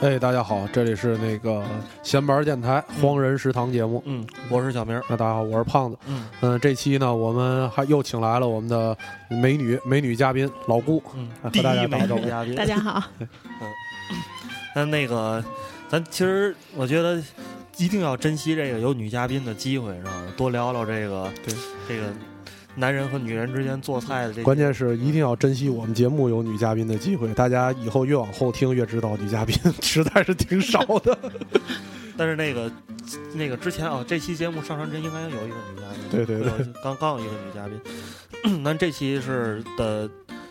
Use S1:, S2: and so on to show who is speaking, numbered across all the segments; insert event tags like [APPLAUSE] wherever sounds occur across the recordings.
S1: 嘿，哎大家好，这里是那个闲班儿电台荒人食堂节目。
S2: 嗯，我是小明。
S1: 那大家好，我是胖子。
S2: 嗯
S1: 嗯、这期呢，我们还又请来了我们的美女美女嘉宾老顾，
S2: 嗯，
S1: 啊和
S2: 第
S1: 大家
S2: 一美
S1: 打招呼
S2: 女嘉宾。
S3: 大家好，
S2: 那那个，咱其实我觉得一定要珍惜这个有女嘉宾的机会，知道吗？多聊聊这个，
S1: 对
S2: 这个男人和女人之间做菜的这个
S1: 关键是一定要珍惜我们节目有女嘉宾的机会。大家以后越往后听越知道女嘉宾 [LAUGHS] 实在是挺少的。
S2: 但是那个那个之前啊，这期节目上传之前应该有一个女嘉宾，
S1: 对对对
S2: 会有，刚刚有一个女嘉宾。 [CLEARS THROAT] 咱这期是的，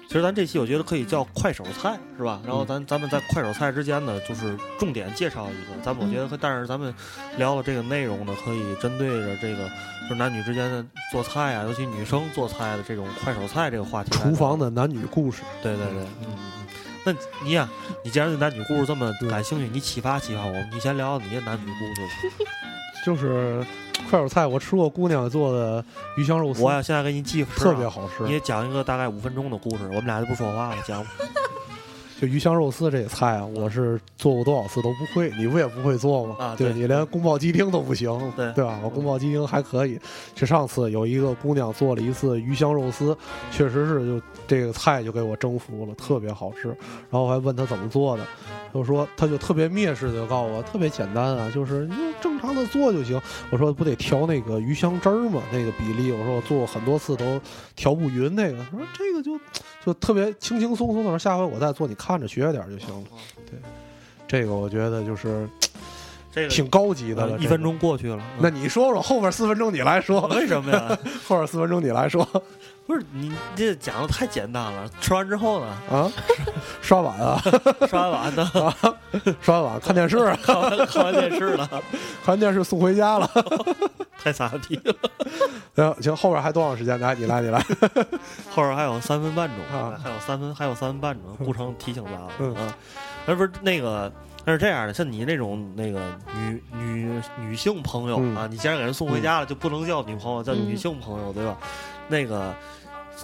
S2: 其实咱这期我觉得可以叫快手菜是吧？然后
S1: 嗯
S2: 咱、咱们在快手菜之间呢，就是重点介绍一个，咱
S1: 嗯
S2: 们我觉得可，但是咱们聊了这个内容呢，可以针对着这个就是男女之间的做菜啊，尤其女生做菜的这种快手菜这个话题来聊，
S1: 厨房的男女故事，
S2: 对对对，嗯嗯。嗯，那你呀、你既然对男女故事这么感兴趣，你启发启发我，你先聊聊你的男女故事吧。
S1: 就是快手菜。我吃过姑娘做的鱼香肉丝，
S2: 我要现在给你记分
S1: 特
S2: 啊
S1: 别好吃
S2: 你。也讲一个大概五分钟的故事，我们俩就不说话了，讲。
S1: 就鱼香肉丝这菜啊，我是做过多少次都不会，你不也不会做吗？
S2: 啊
S1: 对
S2: 对
S1: 你连宫保鸡丁都不行，
S2: 对
S1: 吧？我宫保鸡丁还可以，是上次有一个姑娘做了一次鱼香肉丝，确实是就这个菜就给我征服了，特别好吃。然后我还问她怎么做的，她说她就特别蔑视的告诉我，特别简单啊，就是你就正常的做就行。我说不得调那个鱼香汁儿吗？那个比例，我说我做过很多次都调不匀那个，她说这个就就特别轻轻松松的，说下回我再做你看着学点儿就行了。 [LAUGHS] 这个我觉得就是
S2: 这个
S1: 挺高级的了这
S2: 呃，
S1: 个
S2: 一分。钟过去了，
S1: 那你说说，后面四分钟你来说，
S2: 为什么呀？
S1: [LAUGHS]
S2: [LAUGHS]
S1: 后面四分钟你来说
S2: 不是你这讲的太简单了。吃完之后呢，
S1: 啊？刷碗啊，
S2: 刷完呢，
S1: 刷碗，看电视，啊
S2: 看完看完电视了， [LAUGHS]
S1: 看完电视送回家了。
S2: 太傻逼了。
S1: 行行，后面还多长时间？来，你来，你来。
S2: 后边还有三分半钟，
S1: 啊
S2: 还有三分，还有三分半钟。顾城提醒咱了，
S1: 嗯
S2: 啊，而不是那个，但是这样的，像你那种那个女女女性朋友、
S1: 嗯
S2: 啊，你既然给人送回家了，就不能叫女朋友，叫女性朋友，对吧？那个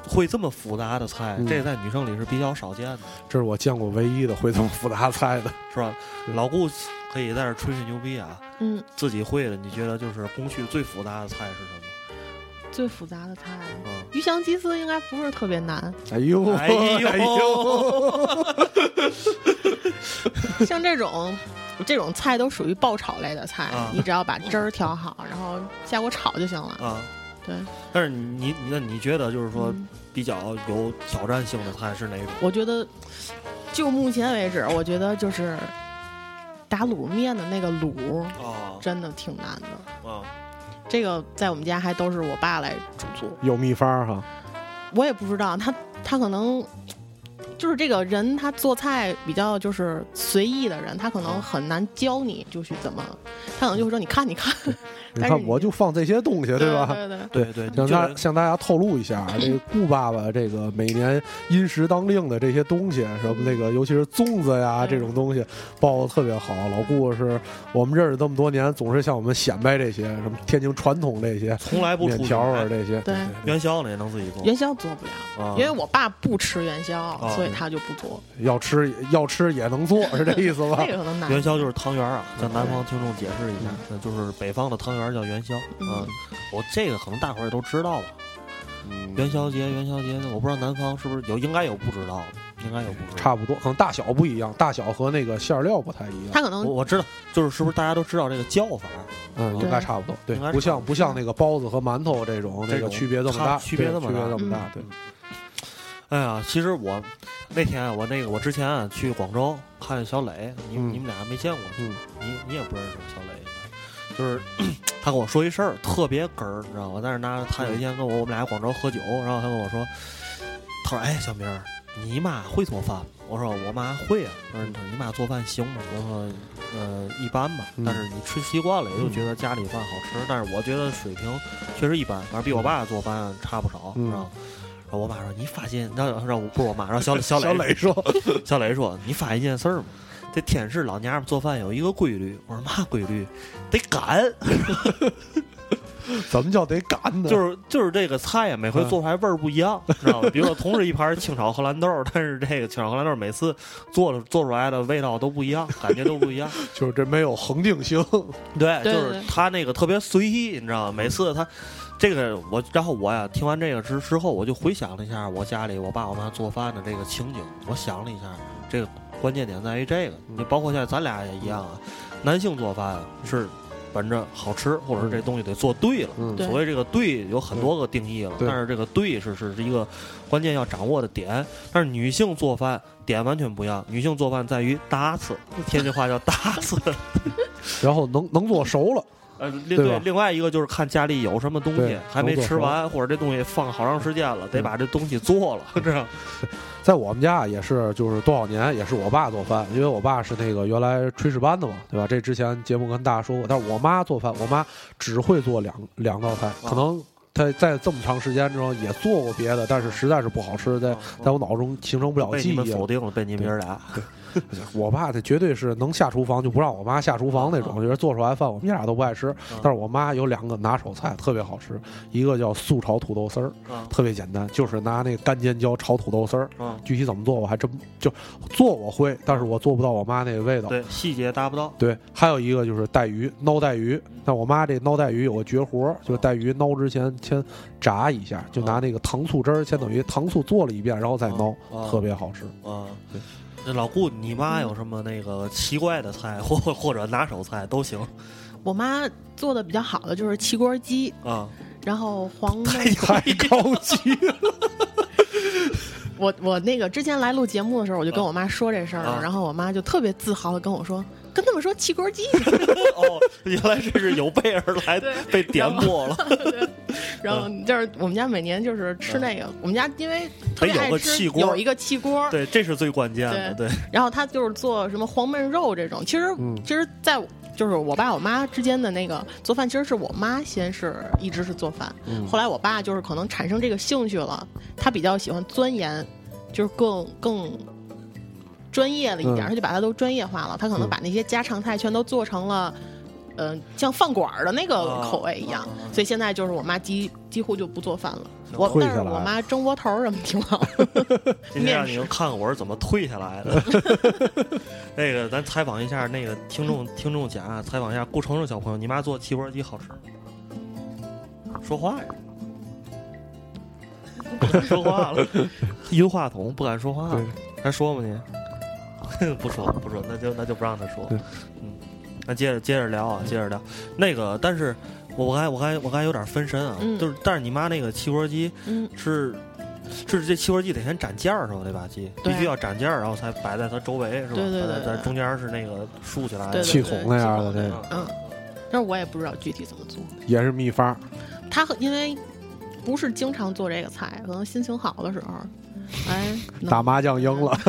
S2: 会这么复杂的菜，
S1: 嗯
S2: 这在女生里是比较少见的，
S1: 这是我见过唯一的会这么复杂菜的。
S2: 是吧？
S1: 对
S2: 老顾可以在这儿吹吹牛逼啊，
S3: 嗯，
S2: 自己会的，你觉得就是工序最复杂的菜是什
S3: 最复杂的菜，
S2: 么？啊、
S3: 鱼香鸡丝应该不是特别难，
S1: 哎呦，
S2: 哎呦
S1: 哎呦，
S3: 像这种这种菜都属于爆炒类的菜，
S2: 啊
S3: 你只要把汁儿调好，然后下锅炒就行了。
S2: 啊，
S3: 对，
S2: 但是你你那你觉得就是说
S3: 嗯
S2: 比较有挑战性的菜是哪种？
S3: 我觉得就目前为止，我觉得就是打卤面的那个卤
S2: 哦
S3: 真的挺难的。
S2: 哦，
S3: 这个在我们家还都是我爸来主做，
S1: 有秘方哈。
S3: 我也不知道他他可能。就是这个人，他做菜比较就是随意的人，他可能很难教你，就是怎么，他可能就会说你看你看，
S1: 你
S3: 但
S1: 看，
S3: 是你
S1: 我就放这些东西，吧？
S3: 对对对，
S2: 对哎对，
S1: 让
S2: 就
S1: 大
S2: 是
S1: 向大家透露一
S2: [LAUGHS]
S1: 下，啊这个顾爸爸这个每年因时当令的这些东西，什么那个
S2: 嗯
S1: 尤其是粽子呀
S3: 嗯
S1: 这种东西，包的特别好。老顾是我们认识这么多年，总是向我们显摆这些什么天津传统这些
S2: 从来不
S1: 面
S2: 出
S1: 条啊
S2: 哎
S1: 这些。
S3: 对
S2: 元宵呢也能自己做
S3: 元宵做不了，
S2: 啊，
S3: 因为我爸不吃元宵，
S2: 啊
S3: 所以他就不做。
S1: 要吃要吃也能
S2: [LAUGHS]
S1: 做，是这意思吧
S2: 哎
S3: 那？个可能难。
S2: 元宵就是汤圆儿啊，向南
S1: 嗯
S2: 方听众解释一下，那就是北方的汤圆儿叫元宵啊
S3: 嗯。
S2: 我这个可能大伙儿也都知道吧？
S1: 嗯
S2: 元宵节，元宵节，我不知道南方是不是有，应该有不知道的，应该有不知道的。
S1: 差不多，可能大小不一样，大小和那个馅儿料不太一样，
S3: 他可能
S2: 我我知道，就是是不是大家都知道这个叫法儿？
S1: 嗯，
S3: 对
S1: 应该差不多，对
S2: 哦应该，
S1: 不
S2: 差不
S1: 像
S2: 多
S1: 不像那个包子和馒头这种
S2: 这
S1: 那
S2: 种
S1: 个区别这么大，
S2: 差区别
S1: 对
S2: 这么大
S1: 这么大，对
S2: 嗯，哎呀，其实我那天啊我那个我之前啊去广州看见小磊，你、
S1: 嗯
S2: 你们俩没见过，
S1: 嗯
S2: 你你也不认识小磊，应该就是 [CLEARS THROAT] 他跟我说一事儿特别哏儿，你知道吗？但是呢，他有一天跟我我们俩在广州喝酒，然后他跟我说，他说哎小明儿，你妈会做饭吗？我说我妈会啊。他说你妈做饭行吗？我说呃一般吧，
S1: 嗯
S2: 但是你吃习惯了也就觉得家里饭好吃，但是我觉得水平确实一般，反正比我爸做饭差不少，
S1: 嗯
S2: 知道吗？然后我妈说：“你发现让让我不是我妈，让小小磊
S1: 小磊说，
S2: 小磊说：“你发现一件事儿吗？这天是老娘们做饭有一个规律。”我说：“嘛规律？得赶。”
S1: 怎么叫得赶呢？
S2: 就是就是这个菜啊，每回做出来味儿不一样，知道吧？比如说同是一盘清炒荷兰豆儿，但是这个清炒荷兰豆儿每次做了做出来的味道都不一样，感觉都不一样。
S1: 就是这没有恒定性，
S2: 对，就
S3: 对
S2: 是
S3: 对
S2: 他那个特别随意，你知道吗？每次他这个我，然后我呀听完这个之之后，我就回想了一下我家里我爸我妈做饭的这个情景，我想了一下，这个关键点在于这个，就包括现在咱俩也一样啊，男性做饭是本着好吃，或者是这东西得做对了。
S1: 嗯
S3: 对
S2: 所谓这个对有很多个定义了，
S1: 对
S2: 但是这个对是是是一个关键要掌握的点。但是女性做饭点完全不一样，女性做饭在于搭
S3: [LAUGHS]
S2: 次，天津话叫搭次。
S1: 然后能能做熟了，
S2: 呃，另
S1: 对吧
S2: 对另外一个就是看家里有什么东西
S1: 对
S2: 还没吃完，或者这东西放好长时间了，得把这东西做了，这样。
S1: 在我们家也是，就是多少年也是我爸做饭，因为我爸是那个原来炊事班的嘛，对吧？这之前节目跟大家说过，但是我妈做饭，我妈只会做两两道菜，可能她在这么长时间之后也做过别的，但是实在是不好吃，在在我脑中形成不了
S2: 嗯哦被
S1: 记
S2: 你
S1: 忆
S2: 们
S1: 了
S2: 否。定了，被你们爷俩。
S1: 我爸他绝对是能下厨房就不让我妈下厨房那种，
S2: 啊
S1: 觉得做出来饭我们家俩都不爱
S2: 嗯
S1: 吃。但是我妈有两个拿手菜特别好吃，一个叫素炒土豆丝儿，
S2: 啊
S1: 特别简单，就是拿那个干尖椒炒土豆丝儿。
S2: 啊，
S1: 具体怎么做我还真就做我会，但是我做不到我妈那个味道。
S2: 对，细节达不到。
S1: 对，还有一个就是带鱼捞带鱼，但我妈这捞带鱼有个绝活儿，就是带鱼捞之前先炸一下，就
S2: 哦
S1: 拿那个糖醋汁儿先等于糖醋做了一遍，然后再捞，
S2: 啊
S1: 特别好吃。
S2: 啊
S1: 对。
S2: 那老顾，你妈有什么那个奇怪的菜，或或者拿手菜都行
S3: 我妈做的比较好的就是汽锅鸡，
S2: 啊？
S3: 然后黄
S2: [LAUGHS]
S3: 焖
S2: 哎
S1: 太高级了，
S3: 我我那个之前来录节目的时候，我就跟我妈说这事儿了，
S2: 啊
S3: 然后我妈就特别自豪的跟我说，跟他们说汽锅鸡，
S2: 哦，原来这是有备而来，被点破
S3: [LAUGHS]
S2: 了，
S3: 然后
S2: 嗯
S3: 就是我们家每年就是吃那个，我们家因为特别
S2: 得有
S3: 爱
S2: 个
S3: 吃
S2: 汽锅
S3: 有一个汽锅，
S2: 对，这是最关键的，对，
S3: 然后他就是做什么黄焖肉这种，其实、
S1: 嗯
S3: 其实在就是我爸我妈之间的那个做饭，其实是我妈先是一直是做饭，
S1: 嗯
S3: 后来我爸就是可能产生这个兴趣了，他比较喜欢钻研，就是更更。专业了一点，
S1: 嗯
S3: 他就把它都专业化了。他可能
S1: 嗯
S3: 把那些家常菜全都做成了，嗯、像饭馆儿的那个
S2: 啊
S3: 口味一样
S2: 啊。啊
S3: 所以现在就是我妈几几乎就不做饭了。
S2: 能
S3: 我
S1: 嗯退
S3: 但是
S1: 下来
S3: 我妈蒸窝头儿什么
S1: [LAUGHS]
S3: 挺好。
S2: 今天让你们看看我是怎么退下来的。那个，咱采访一下那个听众听众讲啊，采访一下顾程程小朋友，你妈做汽锅鸡好吃吗？说话呀， [LAUGHS] 不敢说话了，晕话筒不敢说话了
S1: 对，
S2: 还说吗你？ [LAUGHS] 不说不说，那就那就不让他说
S1: 对。
S2: 嗯，那接着接着聊啊，接着聊。那个，但是我我刚才我刚才我刚才有点分神啊，
S3: 嗯
S2: 就是但是你妈那个汽锅鸡，
S3: 嗯，
S2: 是是这汽锅鸡得先斩件儿是吧？这把鸡必
S3: 对
S2: 须要斩件儿，然后才摆在它周围是吧？
S3: 对对对
S2: 摆在
S3: 对
S2: 它中间是那个竖起来的啊
S3: 对对
S1: 气孔那样的那个
S3: 嗯，但是我也不知道具体怎么做。
S1: 也是秘方。
S3: 他和因为不是经常做这个菜，可能心情好的时候，
S1: 嗯
S3: 哎，能
S1: 打麻将赢了，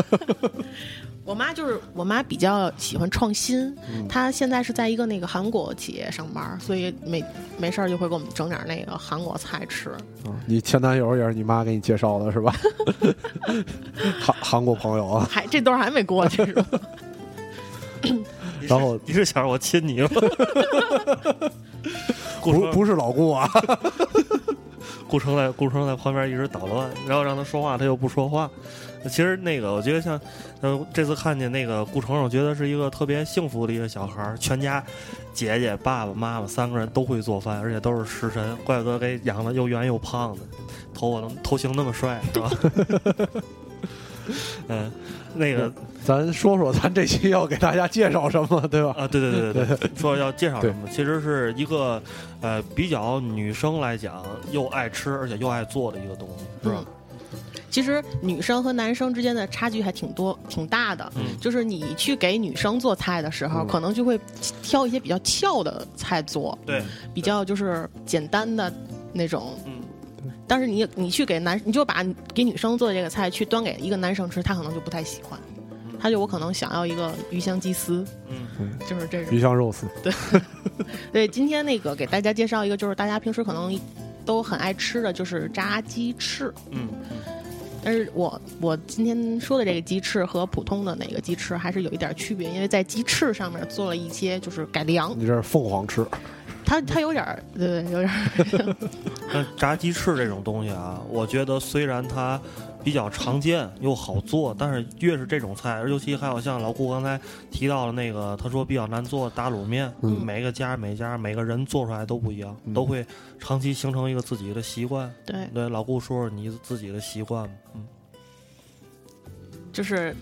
S3: 我妈就是我妈比较喜欢创新，
S1: 嗯
S3: 她现在是在一个那个韩国企业上班，所以没没事儿就会给我们整点那个韩国菜吃。
S1: [LAUGHS] 你前男友也是你妈给你介绍的是吧？ [LAUGHS] 韩韩国朋友
S3: [LAUGHS]
S1: 啊，
S3: 还这段儿还没过
S1: [LAUGHS]
S3: 去是吧？
S2: 你是
S1: 然后
S2: 你是想让我亲你吗？顾
S1: 不
S2: 城
S1: 不是老顾啊， [LAUGHS]
S2: 顾城在顾城在旁边一直捣乱，然后让他说话，他又不说话。其实那个，我觉得像，呃，这次看见那个顾城，我觉得是一个特别幸福的一个小孩儿，全家姐姐、爸爸妈妈三个人都会做饭，而且都是食神，怪不得给养的又圆又胖的，头发能头型那么帅，是吧？ [LAUGHS] 嗯，那个
S1: 咱说说咱这期要给大家介绍什么，对吧？
S2: 啊，对对对对对，说要介绍什么，其实是一个呃比较女生来讲又爱吃而且又爱做的一个东西，是吧？
S3: 其实女生和男生之间的差距还挺多、挺大的。
S2: 嗯
S3: 就是你去给女生做菜的时候，
S1: 嗯
S3: 可能就会挑一些比较翘的菜做，
S2: 对，
S3: 比较就是简单的那种
S2: 嗯。
S3: 但是你你去给男，你就把给女生做的这个菜去端给一个男生吃，他可能就不太喜欢。他就我可能想要一个鱼香鸡丝，
S2: 嗯。
S3: 就是这种。
S1: 鱼香肉丝，
S3: 对，今天那个给大家介绍一个，就是大家平时可能都很爱吃的，就是炸鸡翅。
S2: 嗯，
S3: 但是我我今天说的这个鸡翅和普通的那个鸡翅还是有一点区别，因为在鸡翅上面做了一些就是改良。
S1: 你这是凤凰翅，
S3: 它他他有点儿，对 [LAUGHS] 对，有点儿，
S2: 但炸鸡翅这种东西啊，我觉得虽然它比较常见又好做，但是越是这种菜，尤其还有像老顾刚才提到的那个，他说比较难做打卤面，
S1: 嗯
S2: 每个家每家每个人做出来都不一样，
S1: 嗯
S2: 都会长期形成一个自己的习惯。
S3: 对，
S2: 对，老顾说说你自己的习惯吧，嗯，
S3: 就是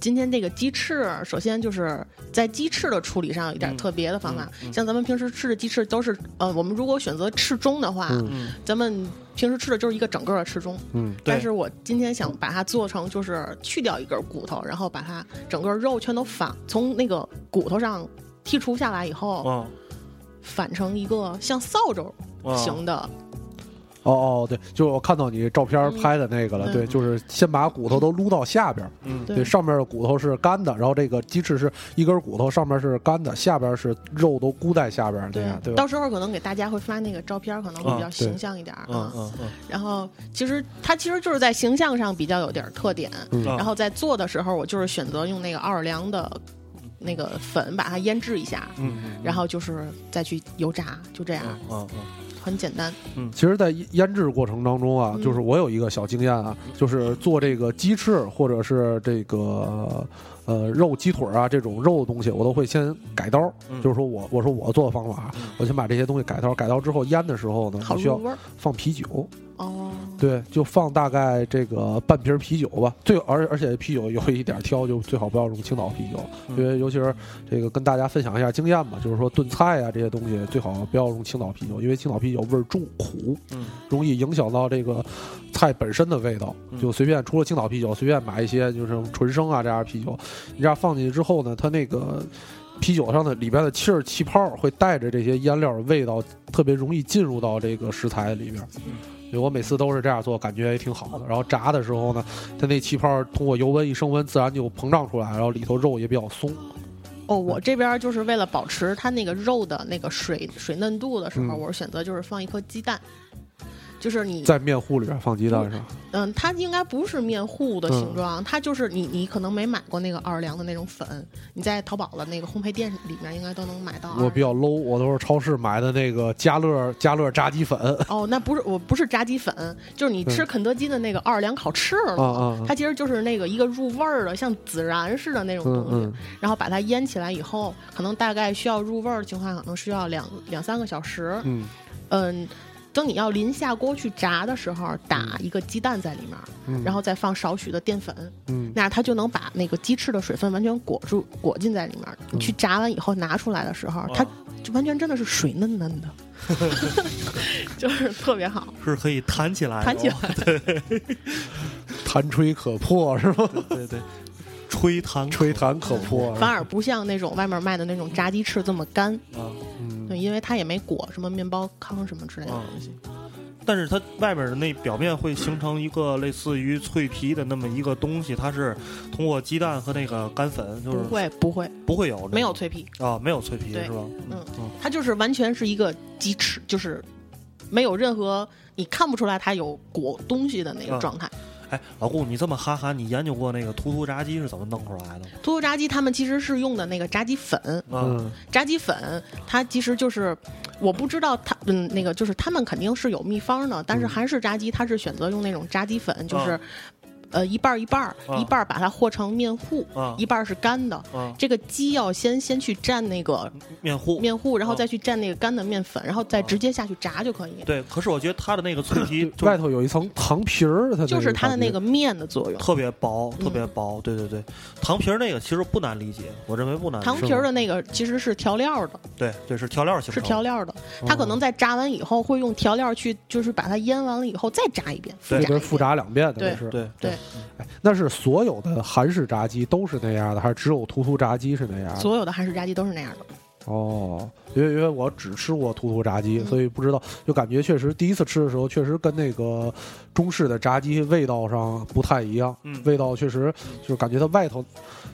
S3: 今天这个鸡翅，首先就是在鸡翅的处理上有一点儿
S2: 嗯
S3: 特别的方法。
S2: 嗯嗯
S3: 像咱们平时吃的鸡翅都是，呃，我们如果选择翅中的话，
S1: 嗯
S2: 嗯，
S3: 咱们平时吃的就是一个整个的翅中。
S1: 嗯
S2: 对
S3: 但是我今天想把它做成，就是去掉一根骨头，然后把它整个肉全都反从那个骨头上剔除下来以后，
S2: 嗯
S3: 反成一个像扫帚
S2: 嗯，
S3: 形的。
S1: 哦哦，对，就是我看到你照片拍的那个了，
S3: 嗯
S1: 对，就是先把骨头都撸到下边儿，
S2: 嗯，
S3: 对
S1: 对，上面的骨头是干的，然后这个鸡翅是一根骨头，上面是干的，下边是肉都箍在下边儿那样，对吧
S3: 到？时候可能给大家会发那个照片，可能会比较形象一点儿
S2: 嗯
S3: 啊。
S2: 嗯嗯
S3: 然后其实它其实就是在形象上比较有点儿特点。
S1: 嗯
S2: 啊
S3: 然后在做的时候，我就是选择用那个奥尔良的那个粉把它腌制一下，
S2: 嗯嗯，
S3: 然后就是再去油炸，就这样，
S2: 嗯嗯嗯。
S3: 很简单。
S1: 其实，在腌制过程当中啊，
S3: 嗯
S1: 就是我有一个小经验啊，就是做这个鸡翅或者是这个呃肉鸡腿儿啊这种肉的东西，我都会先改刀，
S2: 嗯
S1: 就是说我我说我做的方法啊
S2: 嗯，
S1: 我先把这些东西改刀，改刀之后腌的时候呢，
S3: 好
S1: 我需
S3: 入
S1: 要
S3: 味儿
S1: 放啤酒，
S3: 哦。
S1: 对，就放大概这个半瓶啤酒吧。最而而且啤酒有一点挑，就最好不要用青岛啤酒，
S2: 嗯
S1: 因为尤其是这个跟大家分享一下经验吧，就是说炖菜啊这些东西最好不要用青岛啤酒，因为青岛啤酒味儿重苦，
S2: 嗯，
S1: 容易影响到这个菜本身的味道。
S2: 嗯
S1: 就随便除了青岛啤酒，随便买一些就是纯生啊这样的啤酒，你这样放进去之后呢，它那个。啤酒上的里边的气儿、气泡会带着这些腌料的味道，特别容易进入到这个食材里边。对我每次都是这样做，感觉也挺好的。然后炸的时候呢，它那气泡通过油温一升温，自然就膨胀出来，然后里头肉也比较松。
S3: 哦，我这边就是为了保持它那个肉的那个水水嫩度的时候，
S1: 嗯
S3: 我选择就是放一颗鸡蛋，就是你
S1: 在面糊里边放鸡蛋是吧？
S3: 嗯，它应该不是面糊的
S1: 嗯
S3: 形状，它就是你你可能没买过那个奥尔良的那种粉，你在淘宝的那个烘焙店里面应该都能买到。啊
S1: 我比较
S3: 较
S1: low，我都是超市买的那个家乐家乐炸鸡粉。
S3: 哦，那不是我不是炸鸡粉，就是你吃
S1: 嗯
S3: 肯德基的那个奥尔良烤翅
S1: 啊
S3: 了。
S1: 啊啊！
S3: 它其实就是那个一个入味儿的，像孜然似的那种
S1: 嗯
S3: 东西，
S1: 嗯，
S3: 然后把它腌起来以后，可能大概需要入味儿的情况，可能需要两两三个小时。
S1: 嗯，
S3: 嗯，等你要临下锅去炸的时候，打一个鸡蛋在里面，
S1: 嗯
S3: 然后再放少许的淀粉，
S1: 嗯
S3: 那它就能把那个鸡翅的水分完全裹住、裹进在里面。你去炸完以后拿出来的时候，
S2: 嗯
S3: 它
S2: 哦
S3: 就完全真的是水嫩嫩的，就是特别好，
S2: 是可以弹起来的哦，
S3: 弹起来。
S1: 弹吹可破是吧？
S2: 哦对对，吹弹
S1: 吹弹可破。
S3: 反而不像那种外面卖的那种炸鸡翅这么干，
S2: 啊
S1: 嗯
S3: 对，因为它也没裹什么面包糠什么之类的
S2: 啊
S3: 东西。！
S2: 但是它外面的那表面会形成一个类似于脆皮的那么一个东西，它是通过鸡蛋和那个干粉，就是
S3: 不会，不会，
S2: 不会有那个
S3: 没有脆皮，
S2: 啊，没有脆皮
S3: 对
S2: 是吧？
S3: 嗯
S2: 嗯
S3: 它就是完全是一个鸡翅，就是没有任何你看不出来它有裹东西的那个
S2: 啊
S3: 状态。
S2: 哎，老顾，你这么哈哈，你研究过那个突突炸鸡是怎么弄出来的吗？
S3: 秃头炸鸡他们其实是用的那个炸鸡粉，
S2: 啊，
S1: 嗯
S3: 炸鸡粉，它其实就是，我不知道它，嗯，那个就是他们肯定是有秘方的，但是
S1: 嗯
S3: 韩式炸鸡它是选择用那种炸鸡粉，就是，
S2: 啊
S3: 呃，一半儿一半儿，
S2: 啊
S3: 一半儿把它和成面糊，
S2: 啊
S3: 一半儿是干的。
S2: 啊，
S3: 这个鸡要先先去蘸那个
S2: 面糊。
S3: 面糊，然后
S2: 啊
S3: 再去蘸那个干的面粉，然后再直接下去炸就可以。
S2: 对，可是我觉得它的那个
S1: [CLEARS THROAT]
S2: 脆皮就
S1: 外头有一层糖皮儿，它
S3: 就是它的那
S1: 个
S3: 个面的作用。
S2: 特别薄，
S3: 嗯
S2: 特别薄。对对对，糖皮儿那个其实不难理解，我认为不难理解。
S3: 糖皮儿的那个其实是调料的，
S2: 对对是调料形成
S3: 是
S2: 的，
S3: 调料的。
S1: 嗯
S3: 它
S1: 啊
S3: 可能在炸完以后会用调料去，就是把它腌完了以后再炸一遍，复
S2: 对
S1: 这
S3: 炸
S1: 边
S3: 一
S1: 复
S3: 遍。
S1: 炸两遍的，
S3: 对
S1: 这是。哎
S2: 对
S3: 对
S1: 那是所有的韩式炸鸡都是那样的，还是只有突突炸鸡是那样的？
S3: 所有的韩式炸鸡都是那样的。
S1: 哦，因为因为我只吃过突突炸鸡，
S3: 嗯
S1: 所以不知道，就感觉确实第一次吃的时候，确实跟那个中式的炸鸡味道上不太一样，
S2: 嗯
S1: 味道确实就是感觉它外头，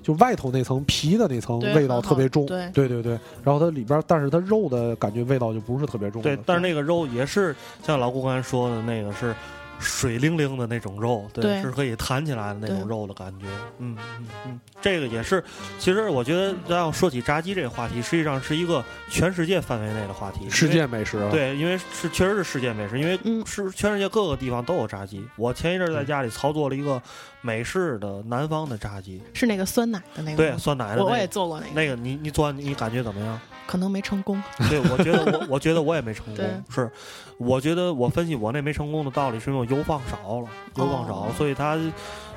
S1: 就外头那层皮的那层
S3: 对
S1: 味道
S3: 很好
S1: 特别重，
S3: 对
S1: 对对对然后它里边，但是它肉的感觉味道就不是特别重了，
S2: 对，但是那个肉也是像老顾刚才说的那个是水灵灵的那种肉，对，
S3: 对
S2: 是可以弹起来的那种
S3: 对
S2: 肉的感觉。嗯嗯嗯，这个也是，其实我觉得要说起炸鸡这个话题，实际上是一个全世界范围内的话题。
S1: 世
S2: 因为
S1: 界美食，啊
S2: 对，因为是确实是世界美食，因为
S3: 嗯
S2: 是全世界各个地方都有炸鸡。我前一阵儿
S1: 嗯
S2: 在家里操作了一个美式的南方的炸鸡，
S3: 是那个酸奶的那个
S2: 对，
S3: 吗，
S2: 酸奶的
S3: 我我
S2: 那
S3: 也
S2: 个。
S3: 做过那个，
S2: 那个你你做完你感觉怎么样？
S3: 可能没成功。
S2: [LAUGHS] 对，我觉得我我觉得我也没成功
S3: 对，
S2: 是，我觉得我分析我那没成功的道理是因为我油放少了，油放少，
S3: 哦
S2: 所以它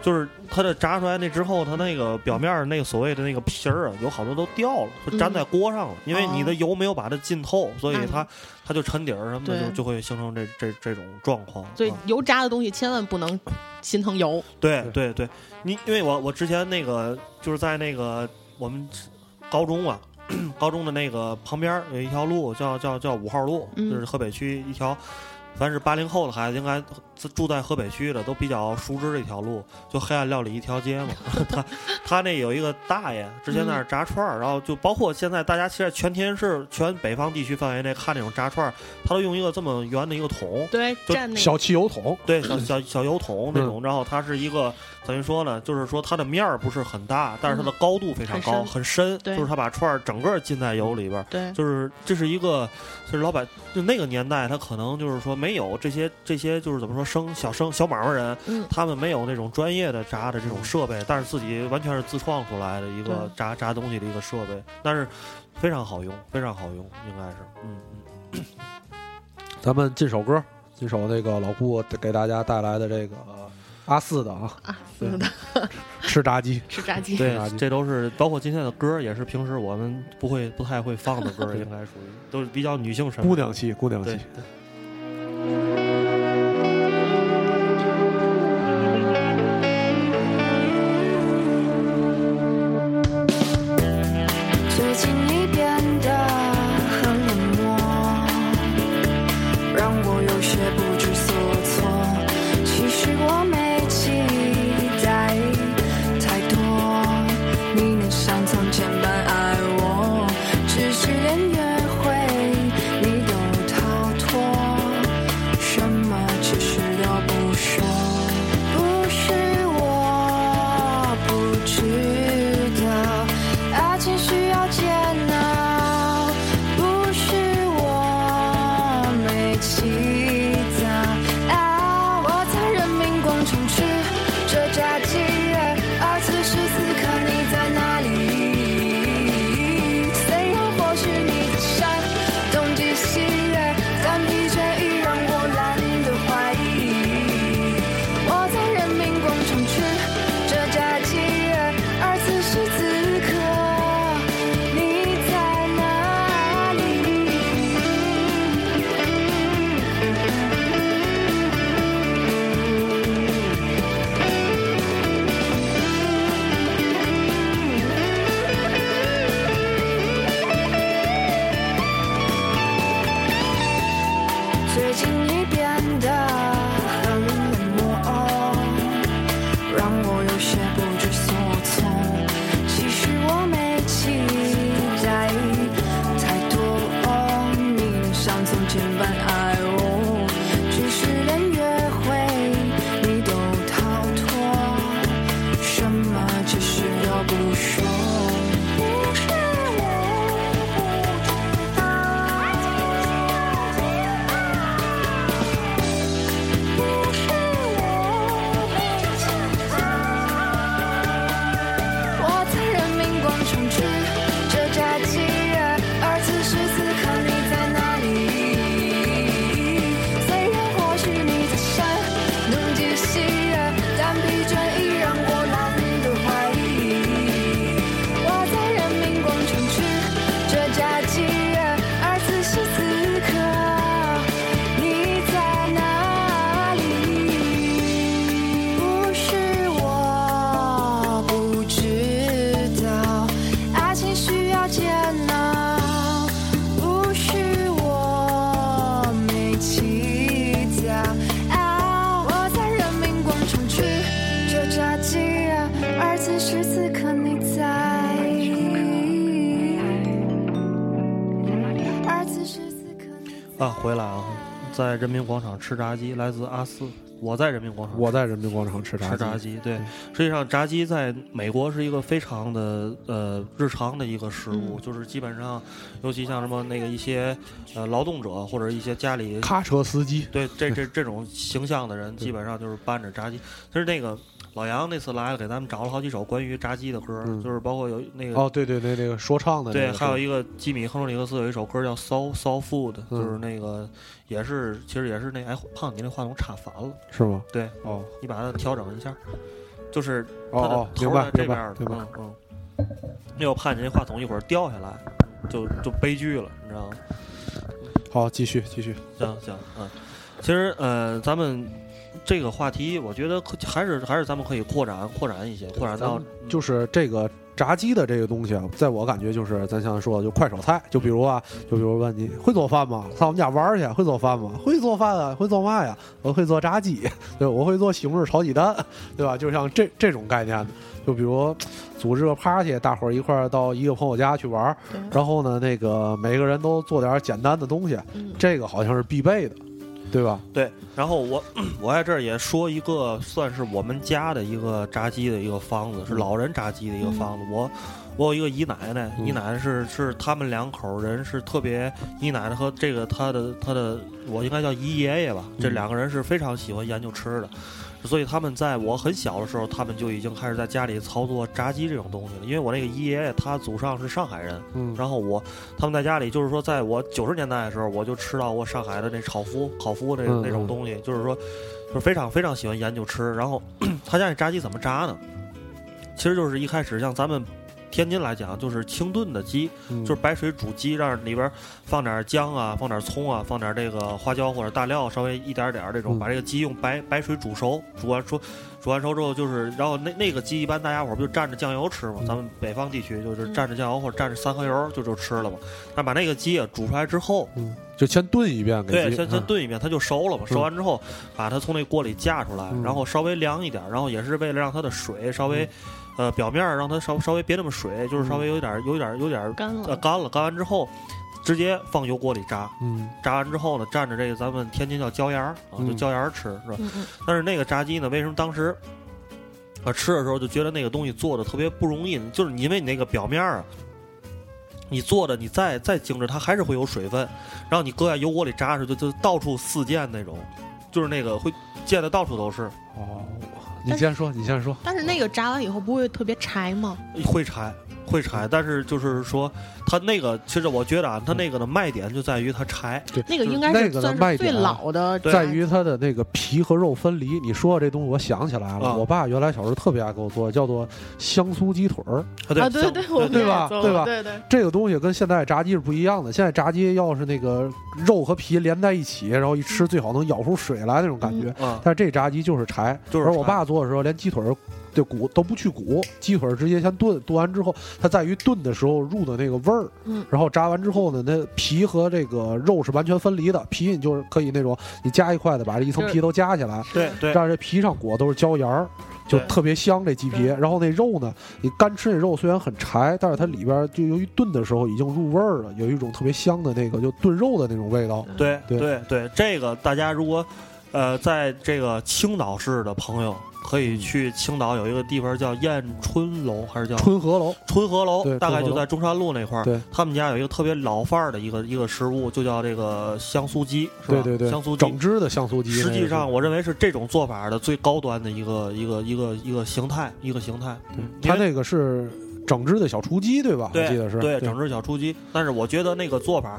S2: 就是它的炸出来那之后，它那个表面儿那个所谓的那个皮儿啊，有好多都掉了，就粘在锅上了，因为你的油没有把它浸透，所以
S3: 嗯哦那你
S2: 它它就沉底儿什么的，
S3: 对
S2: 就就会形成这这这种状况。
S3: 所以
S2: 啊
S3: 油炸的东西千万不能心疼油，
S2: 对对对，你因为我我之前那个就是在那个我们高中啊， [CLEARS THROAT] 高中的那个旁边儿有一条路叫叫叫五号路，
S3: 嗯
S2: 就是河北区一条，凡是八零后的孩子应该自住在河北区的都比较熟知这条路，就黑暗料理一条街嘛。 [LAUGHS] 他他那有一个大爷之前在那儿炸串儿，然后就包括现在大家其实全天市全北方地区范围内看那种炸串儿，他都用一个这么圆的一个桶，
S3: 对，
S2: 就
S3: 蘸那个
S1: 小汽油桶，
S2: 对，小小小油桶那种，然后它是一个等于说呢，就是说它的面儿不是很大，但是它的高度非常高，
S3: 嗯
S2: 很深，
S3: 对
S2: 就是它把串儿整个浸在油里边儿。
S3: 对，
S2: 就是这是一个，就是老板，就那个年代，他可能就是说没有这些这些，就是怎么说生小生小买卖人，
S3: 嗯，
S2: 他们没有那种专业的炸的这种设备，但是自己完全是自创出来的一个
S3: 对
S2: 炸炸东西的一个设备，但是非常好用，非常好用，应该是，嗯嗯。
S1: 咱们进首歌，进首那个老顾给大家带来的这个呃阿四的啊，
S3: 啊，
S1: 对
S3: 是的，
S1: 吃炸鸡，
S3: 吃炸 [LAUGHS]
S2: [LAUGHS]
S3: 鸡，
S2: 对啊
S1: 啥的，
S2: 这都是包括今天的歌，也是平时我们不会、不太会放的歌，
S1: 对
S2: 应该属于都是比较女性审美
S1: 姑。娘气，姑娘
S2: 对
S1: 气。，
S2: 对
S4: 最近你变得很冷漠，让我有些不知所措。其实我没期待太多，你能像从前般爱我，只是连约会你都逃脱，什么解释都不说。不是我不知道。爱情需要煎熬，不是我没期待。啊，我在人民广场吃着炸鸡，而此时此刻你在哪里？虽然或许你在山东地西，但疲倦已让我懒得怀疑。我在人民广场吃着炸鸡，而此时此刻你在哪里？最近你变得很冷漠，让我有些不知所措。其实我没期待太多，哦你能像从前般爱我，只是连约会你都逃脱，什么解释都不说。不是我不知道，爱情需要煎熬。不是我没想到，我在人民广场吃着炸鸡，而此时此刻你在哪里？虽然或许你在山东地西，但疲倦已让我懒得怀疑。我在人民广场吃着炸鸡，而此时此刻你在哪里？不是我不知道，爱情需要煎熬。不是我没期待，啊，我在人民广场吃着炸鸡，啊而此时此刻你在，而此时此刻你在。
S2: 啊，回来啊，在人民广场吃炸鸡，来自阿四。我在人民广场
S1: 我在人民广场吃炸
S2: 吃
S1: 鸡，
S2: 炸鸡，对
S1: 对，
S2: 实际上炸鸡在美国是一个非常的呃日常的一个食物，
S3: 嗯
S2: 就是基本上，尤其像什么那个一些呃劳动者或者一些家里
S1: 卡车司机，
S2: 对
S1: [LAUGHS]
S2: 这这这种形象的人，
S1: 对
S2: 基本上就是伴着炸鸡。其实那个老杨那次来了，给咱们找了好几首关于炸鸡的歌，
S1: 嗯
S2: 就是包括有那个、
S1: 哦，对对对，那个说唱的那
S2: 对，
S1: 个是，
S2: 还有一个吉米·亨利克斯有一首歌叫《骚骚 food》，
S1: 嗯
S2: 就是那个也是其实也是那哎胖你那话筒插反了，
S1: 是吗？
S2: 对
S1: 哦
S2: 你把它调整一下，就是
S1: 哦
S2: 它的
S1: 哦，
S2: 头
S1: 明
S2: 儿
S1: 白
S2: 在这
S1: 明
S2: 边
S1: 白
S2: 儿的，
S1: 明白，
S2: 嗯嗯，要怕你那话筒一会儿掉下来，就就悲剧了，你知道吗？
S1: 好，继续继续，
S2: 行行，嗯，其实呃，咱们这个话题，我觉得可还是还是咱们可以扩展扩展一些，扩展
S1: 咱
S2: 到
S1: 们就是这个炸鸡的这个东西啊，在我感觉就是咱像说的，就快手菜，就比如啊，就比如问你会做饭吗？上我们家玩儿去，会做饭吗？会做饭啊，会做嘛呀？我会做炸鸡，对，我会做西红柿炒鸡蛋，对吧？就像这这种概念的，就比如组织个 party，大伙儿一块儿到一个朋友家去玩儿，
S3: 对，
S1: 然后呢，那个每个人都做点儿简单的东西，
S3: 嗯，
S1: 这个好像是必备的，对吧？
S2: 对。然后我我在这儿也说一个，算是我们家的一个炸鸡的一个方子，是老人炸鸡的一个方子。我我有一个姨奶奶，
S1: 嗯
S2: 姨奶奶是是他们两口人是特别，姨奶奶和这个她的她的，我应该叫姨爷爷吧，这
S1: 嗯
S2: 两个人是非常喜欢研究吃的。所以他们在我很小的时候，他们就已经开始在家里操作炸鸡这种东西了。因为我那个姨爷爷他祖上是上海人，
S1: 嗯，
S2: 然后我他们在家里就是说，在我九十年代的时候，我就吃到过上海的那炒麸、烤麸那
S1: 嗯嗯
S2: 那种东西，就是说，就是非常非常喜欢研究吃。然后 [CLEARS THROAT] 他家那炸鸡怎么炸呢？其实就是一开始像咱们天津来讲，就是清炖的鸡，
S1: 嗯
S2: 就是白水煮鸡，让里边放点姜啊，放点葱啊，放点这个花椒或者大料，稍微一点点儿这种，
S1: 嗯
S2: 把这个鸡用白白水煮熟，煮完熟，煮完熟之后就是，然后那那个鸡一般大家伙儿不就蘸着酱油吃嘛，
S1: 嗯
S2: 咱们北方地区就是
S3: 嗯
S2: 蘸着酱油或者蘸着三合油就就吃了嘛。那把那个鸡啊煮出来之后，
S1: 嗯，就先炖一遍给
S2: 对，
S1: 鸡
S2: 先先
S1: 嗯
S2: 炖一遍，它就熟了嘛。熟完之后，把它从那锅里架出来
S1: 嗯，
S2: 然后稍微凉一点，然后也是为了让它的水稍微
S1: 嗯，
S2: 呃，表面儿让它稍稍微别那么水，就是稍微有点儿有点儿有点儿
S3: 干
S2: 呃，
S3: 了，
S2: 干了，干完之后直接放油锅里炸，
S1: 嗯
S2: 炸完之后呢，蘸着这个咱们天津叫椒盐儿啊，就
S1: 嗯
S2: 椒盐儿吃是吧？
S3: 嗯嗯
S2: 但是那个炸鸡呢，为什么当时啊吃的时候就觉得那个东西做的特别不容易呢？就是你因为你那个表面儿啊。你做的你再再精致，它还是会有水分，然后你搁在油锅里炸的时候，就就到处四溅那种，就是那个会溅的到处都是，
S1: 哦，你先说，你先说，
S3: 但是那个炸完以后不会特别柴吗？
S2: 会柴会柴，但是就是说它那个，其实我觉得啊，它那个的卖点就在于它柴，
S3: 那个
S1: 就是
S3: 应该
S1: 那
S3: 是
S1: 个的
S3: 算
S1: 卖
S3: 是
S1: 点啊
S3: 最老的炸鸡，
S1: 在于它的那个皮和肉分离。你说的这东西，我想起来了，
S2: 啊
S1: 我爸原来小时候特别爱给我做，叫做香酥鸡腿儿。
S2: 啊
S3: 啊，
S2: 像
S3: 对对，我们
S1: 对
S3: 也
S1: 吧
S3: 做
S1: 对
S3: 过
S1: 吧
S3: 对对，
S1: 这个东西跟现在炸鸡是不一样的，现在炸鸡要是那个肉和皮连在一起，然后一
S3: 嗯
S1: 吃最好能咬出水来那种感觉。
S2: 啊，
S1: 但是这炸鸡就是柴，
S2: 就是
S1: 而我
S2: 柴
S1: 爸做的时候连鸡腿儿。这骨都不去骨，鸡腿儿直接先炖，炖完之后，它在于炖的时候入的那个味儿，
S3: 嗯
S1: 然后炸完之后呢，那皮和这个肉是完全分离的，皮你就是可以那种你夹一块子把这一层
S3: 就是
S1: 皮都夹起来，
S2: 对对，
S1: 但是这皮上裹都是椒盐儿，就
S2: 对
S1: 特别香这鸡皮。
S3: 对
S1: 然后那肉呢，你干吃那肉虽然很柴，但是它里边儿就由于炖的时候已经入味儿了，有一种特别香的那个就炖肉的那种味道。
S2: 对
S1: 对
S2: 对对，这个大家如果呃在这个青岛市的朋友，可
S1: 嗯
S2: 以去青岛有一个地方叫燕春楼，还是叫
S1: 春和楼，
S2: 春和楼，
S1: 对
S2: 大概
S1: 春和
S2: 就
S1: 楼
S2: 在中山路那块儿。
S1: 对，
S2: 他们家有一个特别老范儿的一个一个食物，就叫这个香酥鸡，是吧？
S1: 对对对，
S2: 香酥
S1: 整
S2: 鸡。
S1: 只的香酥鸡。
S2: 实
S1: 那个
S2: 际
S1: 是
S2: 上，我认为是这种做法的最高端的一个一个一个一个形态，一个形态。嗯因
S1: 它
S2: 为
S1: 那个是整只的小雏鸡，对吧？我
S2: 对
S1: 记得是。
S2: 对整只小雏鸡。但是我觉得那个做法，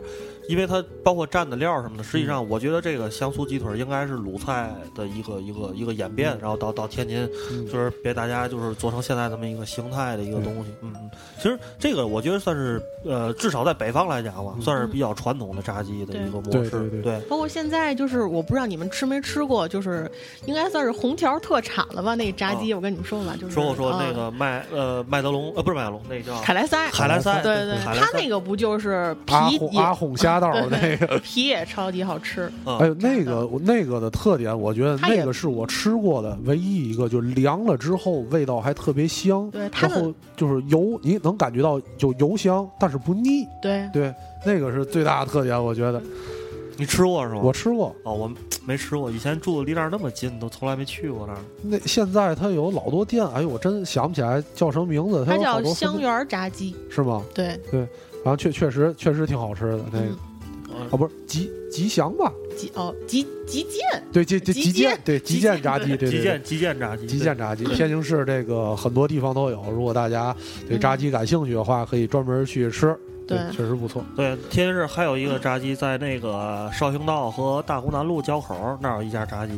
S2: 因为它包括蘸的料什么的，实际上
S1: 嗯
S2: 我觉得这个香酥鸡腿应该是鲁菜的一个一个一个演变，
S1: 嗯
S2: 然后到到天津，
S1: 嗯
S2: 就是别大家就是做成现在这么一个形态的一个
S1: 嗯
S2: 东西。嗯，嗯其实这个我觉得算是呃，至少在北方来讲吧，啊
S1: 嗯
S2: 算是比较传统的炸鸡的一个模
S1: 对
S2: 式。
S1: 对对对
S3: 包括现在就是我不知道你们吃没吃过，就是应该算是红条特产了吧？那炸鸡，我跟你们说吧，就是
S2: 说我说
S3: 嗯
S2: 那个麦呃麦德龙呃不是麦德龙，那叫
S3: 凯莱塞，
S2: 海莱塞，
S3: 对对对，
S2: 海莱
S3: 它
S2: 塞
S3: 那个不就是
S1: 阿
S3: 皮
S1: 红
S3: 也
S1: 阿红虾道儿那个。
S3: 皮也超级好吃，
S2: 啊
S1: 哎呦，那个我那个的特点，我觉得
S3: 它也
S1: 那个是我吃过的唯一一个，就凉了之后味道还特别香，
S3: 对它
S1: 然
S3: 的
S1: 后就是油，你能感觉到有油香，但是不腻。
S3: 对
S2: 嗯
S1: 对，那个是最大的特点，我觉得
S2: 你吃过是吗？
S1: 我吃过。
S2: 哦，我们没吃过，以前住的离那儿那么近，都从来没去过那儿。
S1: 那现在它有老多店，哎呦，我真想不起来叫什么名字。它
S3: 它
S1: 有好
S3: 叫
S1: 多分
S3: 香
S1: 店
S3: 园儿炸鸡，
S1: 是吗？
S3: 对，
S1: 然后确确实确实挺好吃的那个
S3: 嗯，
S2: 哦
S1: 啊，不是吉吉祥吧？
S3: 吉哦吉吉建，
S1: 对，吉吉
S3: 吉
S1: 吉
S3: 建
S1: 建对吉
S3: 吉
S1: 建
S3: 建
S1: 炸鸡，对
S2: 极
S1: 对对。
S2: 限极限炸鸡，
S1: 极限炸鸡，天津市这个很多地方都有。如果大家对炸鸡感兴趣的话，可以专门去吃，
S3: 对
S1: 确实不错。
S2: 对，天津市还有一个炸鸡，在那个绍兴道和大湖南路交口儿那儿有一家炸鸡，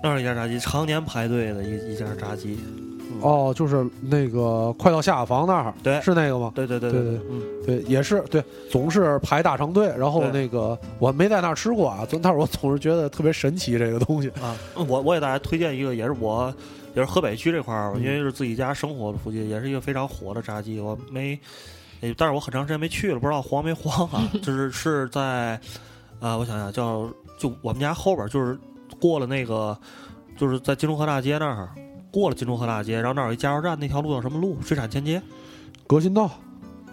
S2: 那儿有一家炸鸡，常年排队的一一家炸鸡。嗯，
S1: 哦，就是那个快到下房那儿，
S2: 对
S1: 是那个吗？
S2: 对对对
S1: 对
S2: 对
S1: 对，
S2: 嗯，
S1: 对，也是对，总是排大长队。然后
S2: 对
S1: 那个我没在那儿吃过啊，但是我总是觉得特别神奇这个东西。
S2: 啊，我我给大家推荐一个，也是我也是河北区这块儿，
S1: 嗯
S2: 因为是自己家生活的附近，也是一个非常火的炸鸡。我没，哎但是我很长时间没去了，不知道黄没黄
S1: [LAUGHS]
S2: 啊。就是是在，啊，我想想，叫就我们家后边儿，就是过了那个，就是在金钟河大街那儿。过了金钟河大街，然后那儿有一加油站，那条路叫什么路？水产前街？
S1: 革新道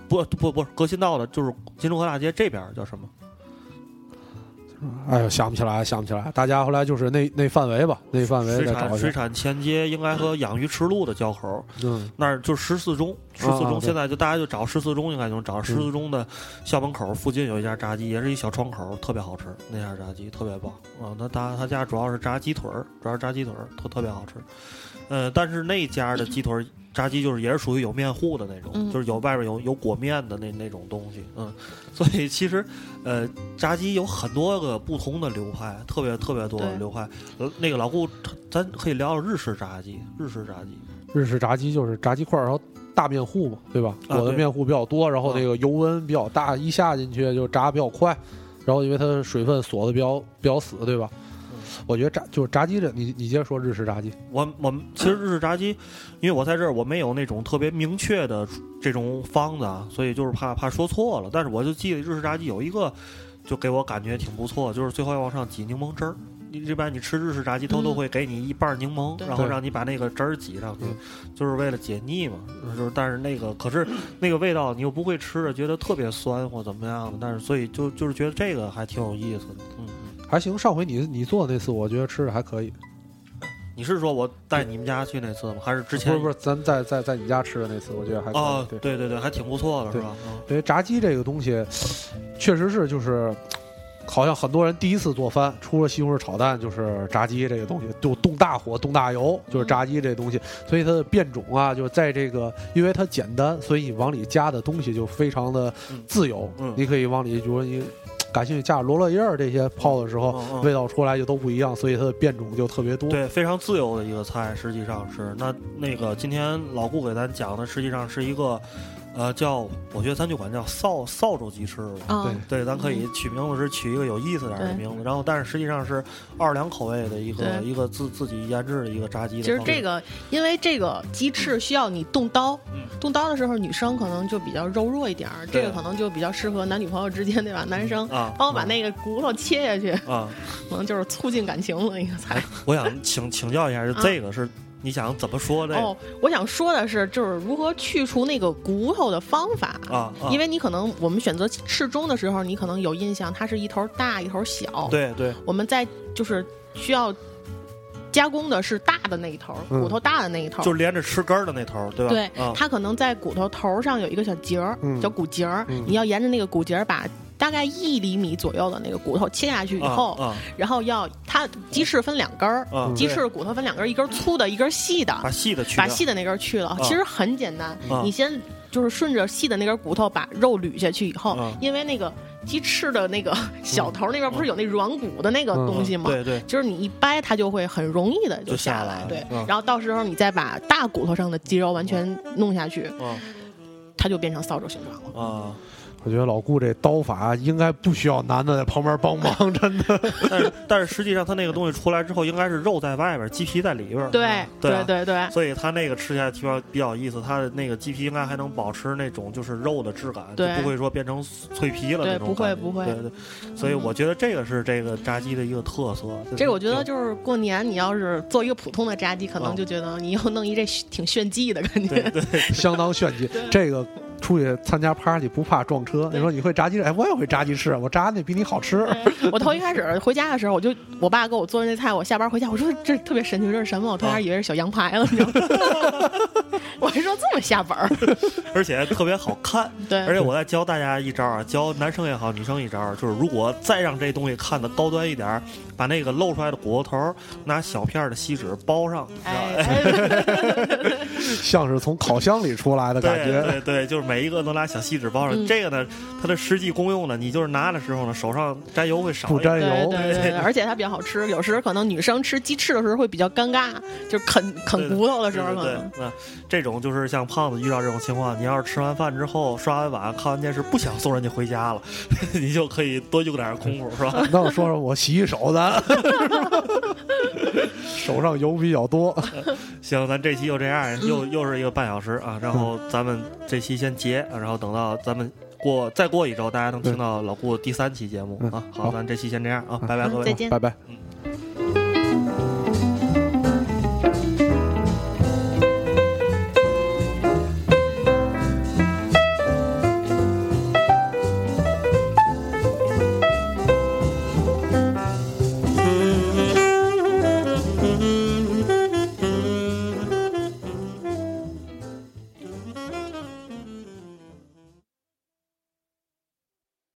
S2: 不不不，革新道的，就是金钟河大街这边儿叫什么？
S1: 哎呦，想不起来，想不起来。大家后来就是那那范围吧，那范围
S2: 水
S1: 再找
S2: 产
S1: 一
S2: 水
S1: 下。
S2: 产前街应该和养鱼池路的交口儿。
S1: 嗯，
S2: 那儿就十四中，十
S1: 啊
S2: 四中
S1: 对
S2: 现在就大家就找十四中，应该就能找十四中的校门口附近有一家炸鸡，也是一小窗口，特别好吃，那家炸鸡特别棒啊！那他他家主要是炸鸡腿儿，主要是炸鸡腿儿，特特别好吃。呃，但是那家的鸡腿儿炸鸡就是也是属于有面糊的那种，
S3: 嗯
S2: 就是有外边有有裹面的那那种东西，嗯，所以其实呃，炸鸡有很多个不同的流派，特别特别多的
S3: 对
S2: 流派。呃，那个老顾，咱可以聊聊日式炸鸡，日式炸鸡。
S1: 日式炸鸡就是炸鸡块儿，然后大面糊嘛，对吧？我
S2: 啊
S1: 的
S2: 对
S1: 面糊比较多，然后
S2: 啊
S1: 那个油温比较大，一下进去就炸比较快，然后因为它的水分锁的比较比较死，对吧？
S2: 嗯
S1: 我觉得炸就是炸鸡这，你你接着说日式炸鸡，
S2: 我我们其实日式炸鸡，因为我在这儿我没有那种特别明确的这种方子啊，所以就是怕怕说错了。但是我就记得日式炸鸡有一个，就给我感觉挺不错，就是最后要往上挤柠檬汁儿。你一般你吃日式炸鸡，它
S3: 嗯
S2: 都会给你一半柠檬，
S3: 对
S2: 然后让你把那个汁儿挤上去
S1: 嗯，
S2: 就是为了解腻嘛。就是但是那个可是那个味道你又不会吃着，觉得特别酸或怎么样的。但是所以就就是觉得这个还挺有意思的。嗯，嗯
S1: 还行。上回你你做那次，我觉得吃的还可以。
S2: 你是说我带你们家去那次吗？还是之
S1: 不
S2: 前
S1: 是不是，咱在在在你家吃的那次，我觉得还可以。
S2: 哦，
S1: 对，
S2: 对对对，还挺不错的，是
S1: 对
S2: 吧？嗯
S1: 因为炸鸡这个东西，确实是就是，好像很多人第一次做饭，除了西红柿炒蛋，就是炸鸡这个东西，就动大火、动大油，就是炸鸡这东西。所以它的变种啊，就是在这个，因为它简单，所以你往里加的东西就非常的
S2: 嗯
S1: 自由。
S2: 嗯
S1: 你可以往里，比如说你感兴趣加罗勒叶儿这些泡的时候，
S2: 嗯嗯
S1: 味道出来就都不一样，所以它的变种就特别多。
S2: 对，非常自由的一个菜，实际上是那那个今天老顾给咱讲的，实际上是一个，呃，叫我觉得咱就管叫扫扫帚鸡翅吧。
S3: 啊
S1: 对，
S2: 对，咱可以取名字是取一个有意思点儿的
S3: 对
S2: 名字，然后但是实际上是奥尔良口味的一个
S3: 对
S2: 一个自自己研制的一个炸鸡的。
S3: 其实这，个，因为这个鸡翅需要你动刀，
S2: 嗯
S3: 动刀的时候女生可能就比较柔弱一点儿，
S2: 对
S3: 这个可能就比较适合男女朋友之间，对吧？男生
S2: 啊
S3: 帮我把那个骨头切下去，
S2: 啊，
S3: 可能就是促进感情
S2: 哎
S3: 的一个菜。
S2: 我想请请教一下，就
S3: 啊
S2: 这个是你想怎么说这
S3: 哦
S2: 个，
S3: 我想说的是，就是如何去除那个骨头的方法。
S2: 啊？啊
S3: 因为你可能我们选择适中的时候，你可能有印象，它是一头大一头小。，
S2: 对对
S3: 我们在就是需要加工的是大的那一头，
S1: 嗯
S3: 骨头大的那一头。
S2: 就连着吃根儿的那头儿，对吧？
S3: 对
S2: 啊，
S3: 它可能在骨头头上有一个小节儿，
S1: 嗯
S3: 小骨节儿，
S1: 嗯
S3: 你要沿着那个骨节儿把。大概一厘米左右的那个骨头切下去以后，
S2: 啊
S3: 然后要它鸡翅分两根儿，
S2: 啊啊，
S3: 鸡
S2: 对
S3: 翅的骨头分两根儿，一根儿粗的，一根儿细的，
S2: 把细的去
S3: 把
S2: 掉
S3: 细的那根儿去了。其实很简单，
S2: 啊
S3: 你先就是顺着细的那根骨头把肉捋下去以后，
S2: 啊嗯
S3: 因为那个鸡翅的那个小头那边不是有那软骨的那个
S1: 嗯
S3: 东西吗？
S2: 对对，
S3: 就是你一掰，它就会很容易的
S2: 就下
S3: 下
S2: 来了
S3: 对，
S2: 嗯
S3: 然后到时候你再把大骨头上的肌肉完全弄下去，
S2: 嗯
S3: 它就变成扫帚形状了。
S2: 啊，
S1: 我觉得老顾这刀法啊应该不需要男的在旁边帮
S2: [LAUGHS]
S1: 忙，真的。
S2: 但是但是实际上它那个东西出来之后，应该是肉在外边，鸡皮在里边儿。
S3: 对
S2: 对啊
S3: 对对对
S2: 所以它那个吃起来比较比较有意思，它的那个鸡皮应该还能保持那种就是肉的质感，就
S3: 对
S2: 不会说变成脆皮了
S3: 对
S2: 那种
S3: 不会
S2: 感觉
S3: 不会嗯
S2: 对对，所以我觉得这个是这个炸鸡的一个特色。
S3: 这个我觉得就是过年你要是做一个普通的炸鸡，可能就觉得你要弄一这挺炫技的感
S2: 对
S3: 觉。
S2: 对
S1: 相当炫技。这个出去参加 party 不怕撞车。你说你会炸鸡翅，哎，我也会炸鸡翅，我炸的比你好吃。
S3: [LAUGHS] 我头一开始回家的时候，我就我爸给我做那菜，我下班回家，我说这特别神奇，这是什么？我头一开始以为是小羊排了，你知道吗？ [LAUGHS] 我还说这么下本儿，
S2: 而且特别好看。而
S3: 对，
S2: 且我再教大家一招啊，教男生也好，女生一招，啊就是如果再让这东西看的高端一点儿，把那个露出来的骨头头儿拿小片儿的锡纸包上，知道吧
S3: 哎，哎
S1: 像是从烤箱里出来的哎感
S2: 对
S1: 觉。
S2: 对对，就是每一个都拿小锡纸包上。
S3: 嗯
S2: 这个呢，它的实际功用呢，你就是拿的时候呢，手上沾油会少一
S1: 不沾
S2: 点。
S3: 对
S1: 油，
S3: 对对
S2: [LAUGHS]
S3: 对，而且它比较好吃。有时可能女生吃鸡翅的时候会比较尴尬，就是啃啃骨头的时候
S2: 对
S3: 可
S2: 对
S3: 能。
S2: 对，嗯，这种就是像胖子遇到这种情况，你要是吃完饭之后刷完碗看完电视不想送人家回家了， [LAUGHS] 你就可以多用点功夫，是吧？
S1: 那我说说我洗洗手的，手上油比较多。
S2: 行，咱这期就这样，又
S1: 嗯
S2: 又是一个半小时啊，然后咱们这期先结，啊然后等到咱们过再过一周，大家能听到老顾第三期节目
S1: 嗯
S2: 啊。
S1: 好
S2: 好，咱这期先这样啊，拜拜各
S3: 嗯，
S2: 位
S3: 再。见。
S1: 拜拜。
S2: 嗯